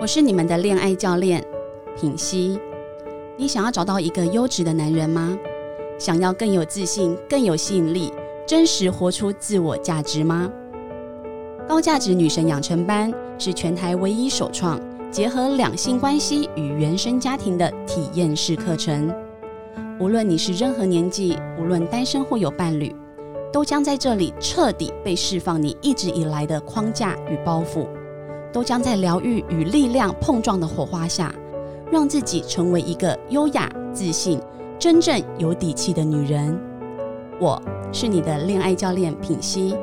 我是你们的恋爱教练品熙。你想要找到一个优质的男人吗？想要更有自信、更有吸引力，真实活出自我价值吗？高价值女神养成班是全台唯一首创结合两性关系与原生家庭的体验式课程。无论你是任何年纪，无论单身或有伴侣，都将在这里彻底被释放你一直以来的框架与包袱。都将在疗愈与力量碰撞的火花下，让自己成为一个优雅、自信、真正有底气的女人。我是你的恋爱教练品熙，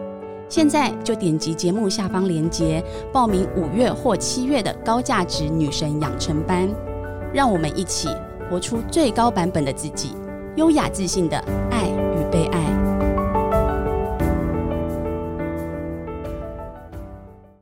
现在就点击节目下方链接报名五月或七月的高价值女神养成班，让我们一起活出最高版本的自己，优雅自信的爱与被爱。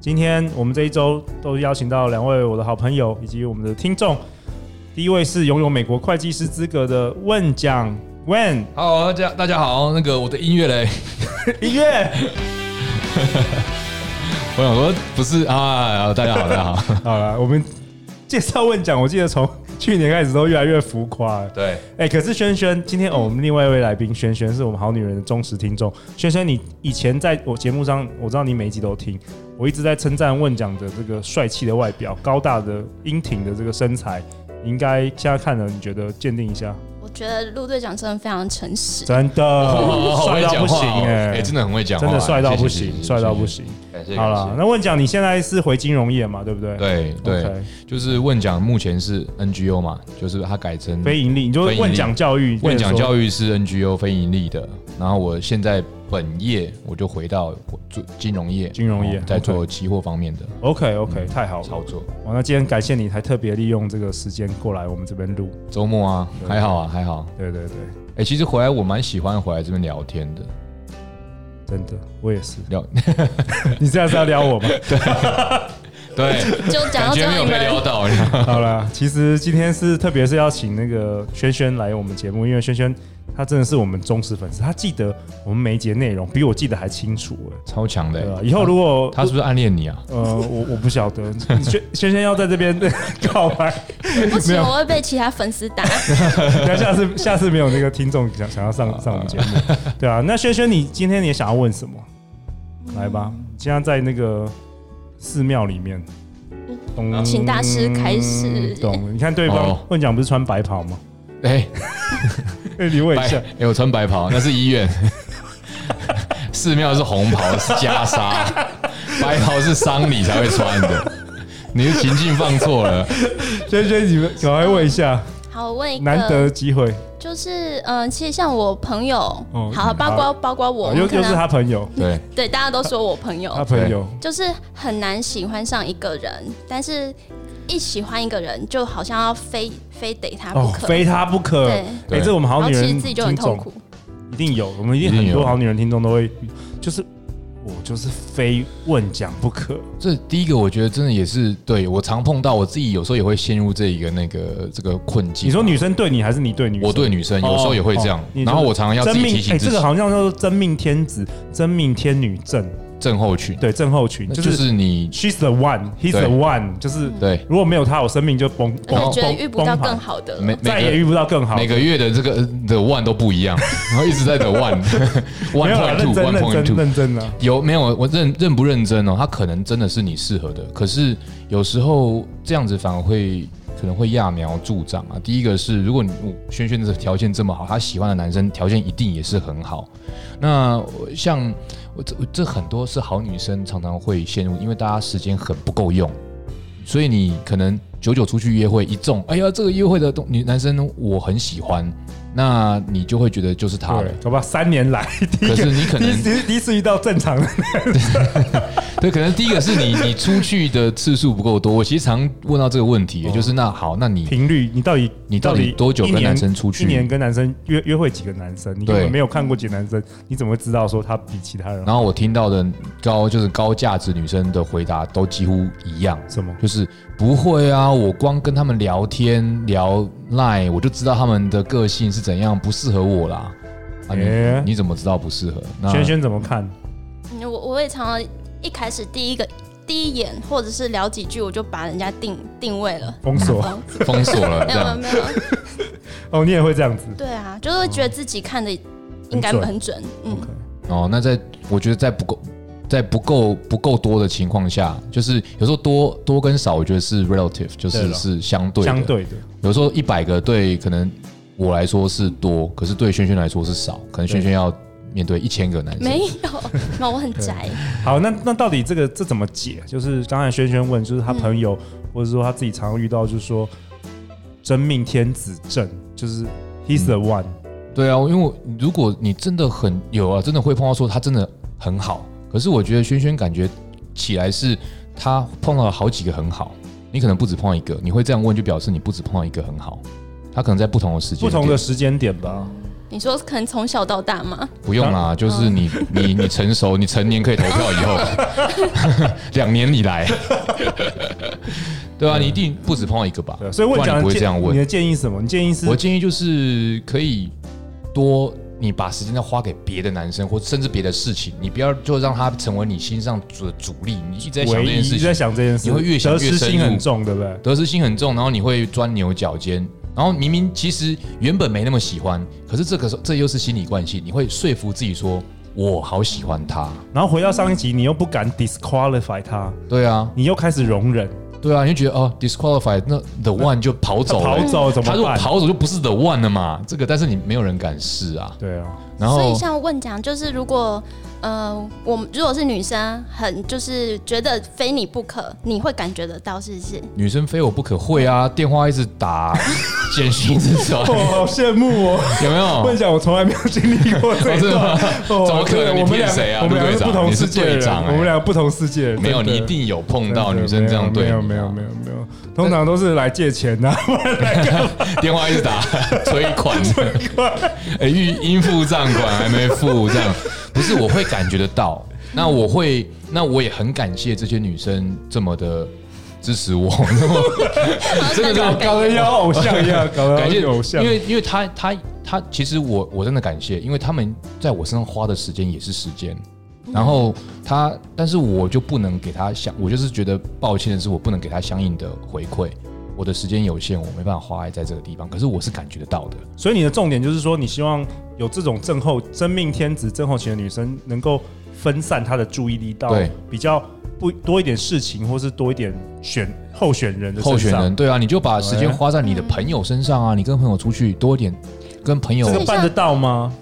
今天我们这一周都邀请到两位我的好朋友以及我们的听众。第一位是拥有美国会计师资格的问奖 Wen 好，大家大家好，那个我的音乐嘞，音乐。我想说不是啊，大家好，大家好，好了，我们介绍问奖，我记得从去年开始都越来越浮夸了。 对，哎、可是轩轩，今天哦，我们另外一位来宾轩轩是我们好女人的忠实听众。轩轩，你以前在我节目上，我知道你每一集都听，我一直在称赞问奖的这个帅气的外表、高大的英挺的这个身材。你应该现在看了，你觉得鉴定一下，我觉得陆队长真的非常诚实，真的帅到不行哎、哎，真的很会讲话，真的帅到不谢谢行，帅到不，行。哎谢谢谢谢感谢，好了感，谢，那问奖，你现在是回金融业嘛，对不对？对 OK 对，就是问讲目前是 NGO 嘛，就是它改成非盈利，你就非盈利问奖教育，问讲教育，育是 NGO 非盈利的，然后我现在本业我就回到我做金融业，金融业哦在 OK 做期货方面的 OK OK，、太好了，嗯操作，哇，那今天感谢你还特别利用这个时间过来我们这边录，周末啊，对还好啊，还好，对对对，哎，其实回来我蛮喜欢回来这边聊天的，真的，我也是。 聊你这样是要撩 我吗？对，就讲 感到这觉样，没有你被撩们到，你知道吗好啦，其实今天是特别是要请那个轩轩来我们节目，因为轩轩他真的是我们忠实粉丝，他记得我们每一节内容比我记得还清楚哎、超强的对啊，欸。以后如果他是不是暗恋你啊？呃，我我不晓得，轩轩轩要在这边 告白，不没行，有我会被其他粉丝打。那 下次下次没有那个听众想想要啊上上我们节目，对啊。那轩轩，你今天你想要问什么？来吧，嗯现在在那个寺庙里面，咚嗯请大师开始懂？你看对方哦问讲不是穿白袍 吗？哎，哎，你问一白下，哎，我穿白袍，那是医院。 寺庙是红袍，是袈裟，白袍是丧礼才会穿的。你的情境放错了，轩轩，你们赶快问一下，好，我问一难得个，机会，就是嗯、呃其实像我朋友，哦好，包括包括我，哦我又们可又是能他朋友，对，对大家都说我朋他友，朋友，就是很难喜欢上一个人，但是一喜欢一个人，就好像要非非得他不哦，可，非他不可。对哎，对这我们好然后女其人实自己就很听痛众苦。一定有，我们一定一定很多有好女人听众都会，就是我就是非问讲不可。这第一个我觉得真的也是对我常碰到，我自己有时候也会陷入这一个那个这个困境。啊你说女生对你还是你对女生？我对女生有时候也会这样哦你，然后我常常要自真己命哎提醒这自己个好像叫做真命天子、真命天女症，症候群，对症候群，那就就是是你 she's the one，he's the 对 one，就是对如果没有他，我生命就崩崩而且觉得崩遇不到崩盘更，好的了，每每再个也遇不到更好。每个月的这个呃的 one 都不一样，然后一直在的 one 没 one 有啦 point two 认真 one 认 point 真 two 认真啊，有没有？我认认不认真哦？他可能真的是你适合的，可是有时候这样子反而会可能会揠苗助长啊。第一个是，如果你我轩轩的条件这么好，他喜欢的男生条件一定也是很好。那我像我这我这很多是好女生常常会陷入，因为大家时间很不够用，所以你可能久久出去约会一中，哎呀，这个约会的东女男生我很喜欢，那你就会觉得就是他了对。，好吧，三年来第一可个是 你可第一能次第一次遇到正常的， 对，可能第一个是 你你出去的次数不够多。我其实常问到这个问题，也就是那好，那你频率，你哦到底你到底多久一跟年男生出去一年跟男生约约会几个男生？你根本对没有看过几个男生，你怎么会知道说他比其他人好然后我听到的高就是高价值女生的回答都几乎一样，什么？就是不会啊，我光跟他们聊天聊 line，我就知道他们的个性是怎样，不适合我啦。啊你，诶你怎么知道不适合？那轩轩怎么看？嗯我我也常常一开始第一个第一眼或者是聊几句，我就把人家定定位 了，封锁打疯封锁 了没有没这有样。没有，哦，你也会这样子对啊，就是会觉得自己看的应该很准很准，嗯， ？OK，哦，那在我觉得在不够在不够不够多的情况下，就是有时候多多跟少，我觉得是 relative，就对是了是相对的相对的，有时候一百个对可能我来说是多，可是对轩轩来说是少，可能轩轩要面对一千个男生。没有，没有，我很宅，好，那那到底这个这怎么解？就是刚才轩轩问，就是他朋友、或者说他自己常常遇到，就是说真命天子症，就是 he's the one，、对啊，因为我如果你真的很有啊，真的会碰到说他真的很好，可是我觉得轩轩感觉起来是他碰到了好几个很好，你可能不止碰到一个，你会这样问就表示你不止碰到一个很好，他可能在不同的时间不点，同的时间点吧。 嗯你说可能从小到大嘛，不用啦，啊就是你嗯你你成熟，你成年可以投票以 后，两年以来，对啊，你一定不止碰到一个吧？嗯对，啊所以问不然讲你的不会这样建你问。的建议是什么？你建议是我建议就是可以多，你把时间再花给别的男生，或甚至别的事情，你不要就让他成为你心上的阻力，你一直在想唯这一件事一直在情，想这件事，你会越想得越失心深入很重，对不对？得失心很重，然后你会钻牛角尖。然后明明其实原本没那么喜欢，可是这个时候这又是心理惯性，你会说服自己说我好喜欢他。然后回到上一集，你又不敢 disqualify 他，对啊，你又开始容忍，对啊，你就觉得哦，disqualify 那 the one 就跑走他了，跑走怎他如么果办？跑走就不是 the one 了嘛。这个，但是你没有人敢试啊。对啊， 然所以后像问讲，就是如果呃，我们如果是女生，很就是觉得非你不可，你会感觉得到是不是？女生非我不可会嗯啊，电话一直打， 简讯一直传， 我好羡慕哦。有没有？问讲，我从来没有经历过这一哦真的段吗，哦怎么可能对我你们骗两谁啊我们两个陆是队不长同你是世界的队人，长我哎们两个不同世界的人，没有，真的你一定有碰到真的女生这样对你没啊有没有没有没有没有，通常都是来借钱啊 呐，电话一直 打，催款，催款，哎，预应付账款还没付，这样不是我会感觉得到。那我会，那我也很感谢这些女生这么的支持 我，那么真的是搞得要偶像一样，搞感得谢要偶像因。为因为他他他，其实我我真的感谢，因为他们在我身上花的时间也是时间。嗯然后他，但是我就不能给他相，我就是觉得抱歉的是，我不能给他相应的回馈。我的时间有限，我没办法花在这个地方，可是我是感觉得到的。所以你的重点就是说，你希望有这种症候、真命天子、症候群的女生，能够分散她的注意力到对比较不多一点事情，或是多一点选候选人的身上候选人，对啊，你就把时间花在你的朋友身上啊，你跟朋友出去多一点，跟朋友这这个办得到吗？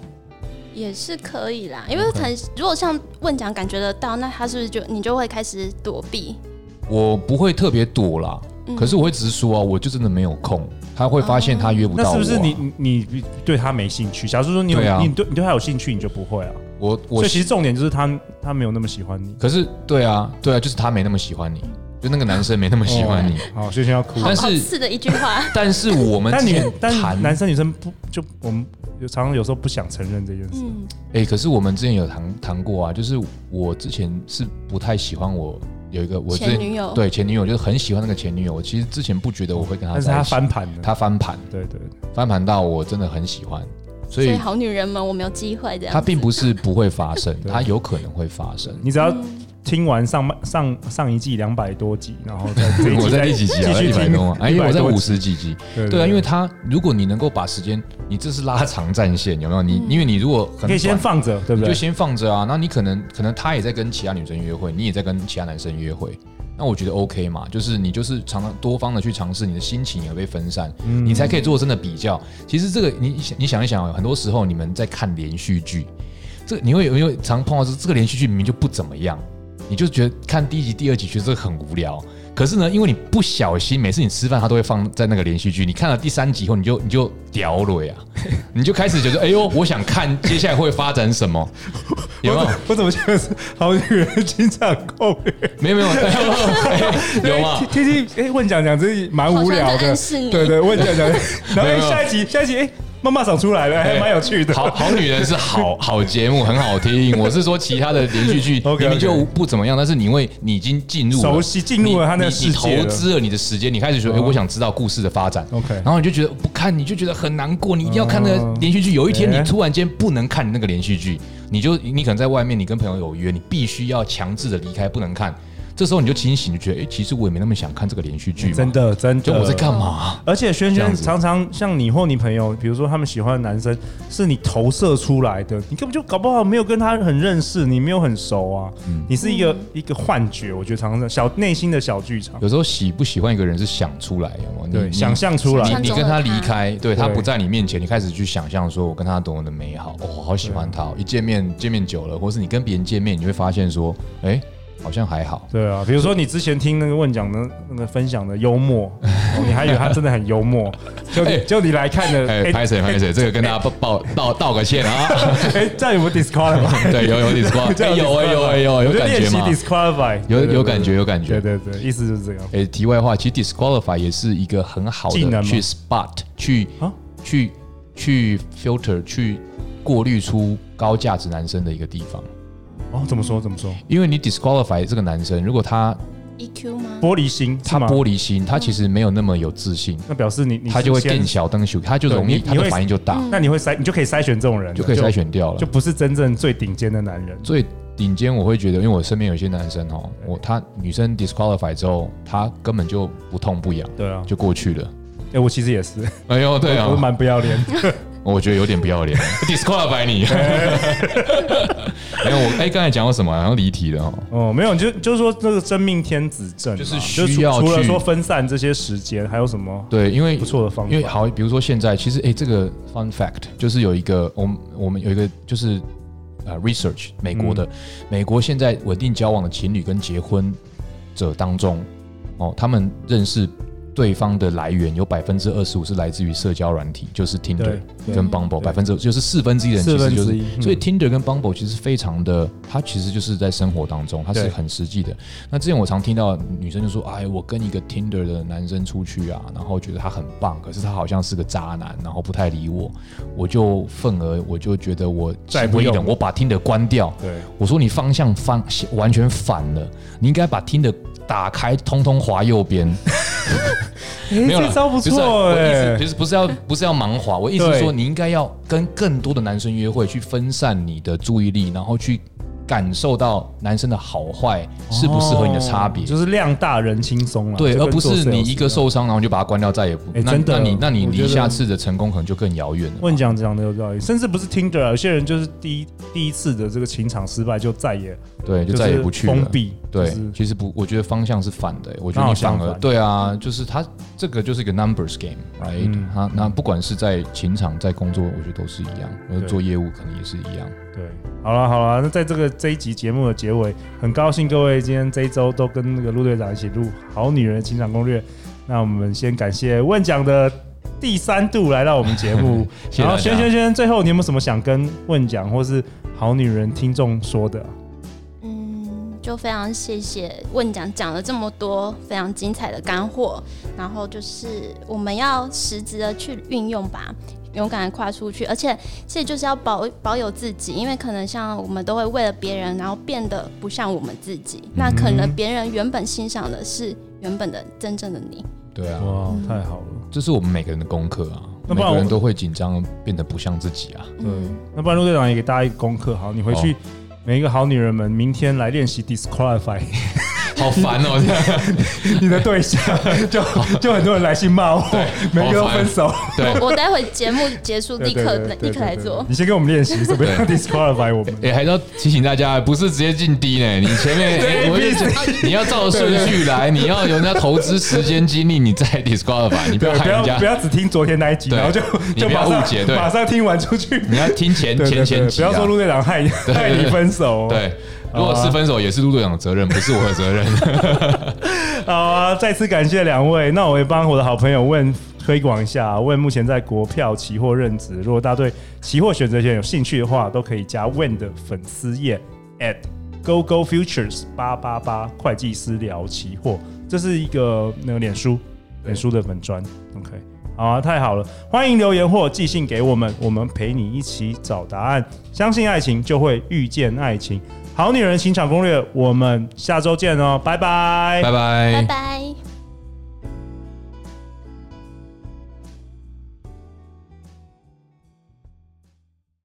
也是可以啦，因为可能如果像问讲感觉得到，那他是不是就你就会开始躲避？我不会特别躲啦，嗯哦可是我会直说啊，我就真的没有空。他会发现他约不那到我啊、是不是你你你对他没兴趣？假如说你有对啊你对你对他有兴趣，你就不会啊。我我所以其实重点就是他他没有那么喜欢你，可是，对啊，对啊，就是他没那么喜欢你，就那个男生没那么喜欢你。哦好，轩轩要哭。好但是好刺的一句话，但是我们但之女前但谈，男哎、生女生不就我们有常常有时候不想承认这件事。嗯，可是我们之前有谈谈过啊，就是我之前是不太喜欢我有一个我之前前女友对前女友，就是很喜欢那个前女友。我其实之前不觉得我会跟她但是在他一起，翻盘了，她翻盘，对对翻盘到我真的很喜欢，所所以以好女人们，我没有机会这样子。它并不是不会发生，对它有可能会发生。你只要听完上半上上一季两百多集，然后再这一 我季在再第几集啊？继续一百听多吗？哎，我100在多五集十几集。对对啊，因为他如果你能够把时间，你这是拉长战线，有没有？你因为你如果很嗯可以先短放着，对不你就对？先放着啊。那你可能可能他也在跟其他女生约会，你也在跟其他男生约会。那我觉得 OK 嘛，就是你就是常常多方的去尝试，你的心情也被分散，嗯你才可以做真的比较。其实这个你你想一想哦，很多时候你们在看连续剧，这个你会有没有常碰到是这个连续剧明明就不怎么样，你就觉得看第一集、第二集觉得这个很无聊，可是呢，因为你不小心，每次你吃饭它都会放在那个连续剧，你看了第三集以后，你就你就屌了呀，你就开始觉得，哎呦，我想看接下来会发展什么，有没有？ 我怎么觉得是好女人情场攻略？没有没有，哎有吗？ ？T T，哎，问讲讲这蛮无聊好像在的暗示，你对对，问讲 讲。然后没哎有下一集，下一集，哎，妈妈长出来了，哎还蛮有趣的。哎好好女人是 好好节目，很好听。我是说其他的连续剧 OK，OK 明明就不怎么样，但是你因为你已经进入了熟悉进入了你他那个你世界你了投资了你的时间，你开始觉得哎，哦我想知道故事的发展。 OK 然后你就觉得不看，你就觉得很难过，你一定要看那个连续剧。有一天哎你突然间不能看那个连续剧，你就你可能在外面，你跟朋友有约，你必须要强制的离开，不能看。这时候你就清醒，你就觉得哎，其实我也没那么想看这个连续剧嘛，哎真，的真的，就我在干嘛？而且轩这样轩子常常像你或你朋友，比如说他们喜欢的男生，是你投射出来的，你根本就搞不好没有跟他很认识，你没有很熟啊，嗯你是一个、一个幻觉，我觉得常常小内心的小剧场。有时候喜不喜欢一个人是想出来，有吗？你对你想象出来你想象你中的跟他离开，对他嗯对不在你面前，你开始去想象说，我跟他多么的美好，哦，好喜欢他哦。一见面，见面久了，或是你跟别人见面，你会发现说，哎，好像还好。对啊，比如说你之前听那个问讲的那个分享的幽 默，哦你还以为他真的很幽默，就你、哎就你来看的，哎，拍谁拍谁，这个跟大家报报道道个歉啊。 哎、这样有没有 disqualify？对，有有 d i s q u a 这 l 样有哎有哎有我有就感练觉习吗？ disqualify，有对对有对感觉有感觉对对对，意思就是这样。诶，题外话，其实 disqualify 也是一个很好技能吗的去 spot 去、啊去去 filter 去过滤出高价值男生的一个地方。哦，怎么说怎么说？因为你 disqualify 这个男生，如果他 EQ E 吗？玻璃心，他是吗玻璃心，他其实没有那么有自信，那表示你你他就会先更小灯球，他就对容易你他你的会反应就大，那你会筛，你就可以筛选这种人了，就可以筛选掉了就，。不是真正最顶尖的男人。最顶尖我会觉得，因为我身边有些男生哦，我他女生 disqualify 之后，他根本就不痛不痒对啊，就过去 了。哎，我其实也是，哎呦，对 啊我，蛮不要脸的。我觉得有点 不要脸，disqualify 你。哎 没有我哎，刚才讲到什么啊？然后离题了哦。哦，没有，就就是说这个真命天子症嘛，就是除需要除了去说分散这些时间，还有什么对，因为不错的方因为法？好，比如说现在其实哎、这个 fun fact 就是有一个我们我们有一个就是呃 research 美国嗯的、美国现在稳定交往的情侣跟结婚者当中，哦，他们认识对方的来源有百分之二十五是来自于社交软体，就是 Tinder 对跟对 Bumble，百分之就是四分之一的人其实就四分是之一，嗯所以 Tinder 跟 Bumble 其实非常的，它其实就是在生活当中，它是对很实际的。那之前我常听到女生就说：“哎，我跟一个 Tinder 的男生出去啊，然后觉得他很棒，可是他好像是个渣男，然后不太理我。”我就愤而我就觉得我再再不不一用等，我把 Tinder 关掉。对，我说你方向反完全反了，你应该把 Tinder 打开，通通滑右边。哎没有啦这招不就是啊错我意哎思，就是不是要不是要盲滑，我意思对是说你应该要跟更多的男生约会，去分散你的注意力，然后去感受到男生的好坏适不适合你的差别。哦就是量大人轻松了，对，啊就而跟不是做你 sales 一个样。受伤，然后就把它关掉，再也不。哎那真的那你那你我觉离得下次的成功可能就更遥远了。问讲讲的有道理，甚至不是 Tinder，有啊些人就是第一第一次的这个情场失败就再也对，就再也不去了。封闭，对就是，其实不，我觉得方向是反的、我觉刚得好你反相而反对啊，就是他这个就是一个 numbers game，right？、嗯他那不管是在情场、在工作，我觉得都是一样，我觉得对做业务可能也是一样。对，好了好了，那在这个这一集节目的结尾，很高兴各位今天这一周都跟那个陆队长一起录《好女人的情场攻略》。那我们先感谢问奖的第三度来到我们节 目，谢谢然后大轩家轩轩，最后你有没有什么想跟问奖或是好女人听众说的啊？嗯，就非常谢谢问讲讲了这么多非常精彩的干货，然后就是我们要实质的去运用吧，勇敢的跨出去，而且这就是要保保有自己，因为可能像我们都会为了别人，然后变得不像我们自己，那可能别人原本欣赏的是原本的真正的你，对啊，哇，太好了！这是我们每个人的功课啊，那不每然个人我都会紧张，变得不像自己 啊。嗯，那不然陆队长也给大家一个功课，好，你回去。每一个好女人们，明天来练习 disqualify 好烦哦、这样你的对象，就就很多人来信骂我，每个都好烦分手。对，我待会节目结束立刻立刻来做。 你先跟我们练习怎么样 disqualify 我 们。哎、还是要提醒大家，不是直接进 D 呢，你前 面、对哎我就觉得你要照着顺序来，你要有人家投资时间精力，你再 disqualify，你不对要，害不人要家不。要只听昨天那一集，对然后就你就不马要上误解对马上听完出去。你要听前对对 前前对，几不啊要说陆队长害对对害对你分手。哦对，如果是分手，也是陆队长的责任，不是我的责 任。好啊，再次感谢两位。那我也帮我的好朋友问推广一下，问目前在国票期货任职，如果大家对期货选择权有兴趣的话，都可以加 Win 的粉丝页 at Go Go Futures 八八八会计师聊期货，这是一个那个脸书脸书的粉砖。OK，好啊，太好了，欢迎留言或寄信给我们，我们陪你一起找答案。相信爱情，就会遇见爱情。好女人情场攻略，我们下周见哦，拜拜，拜拜拜拜。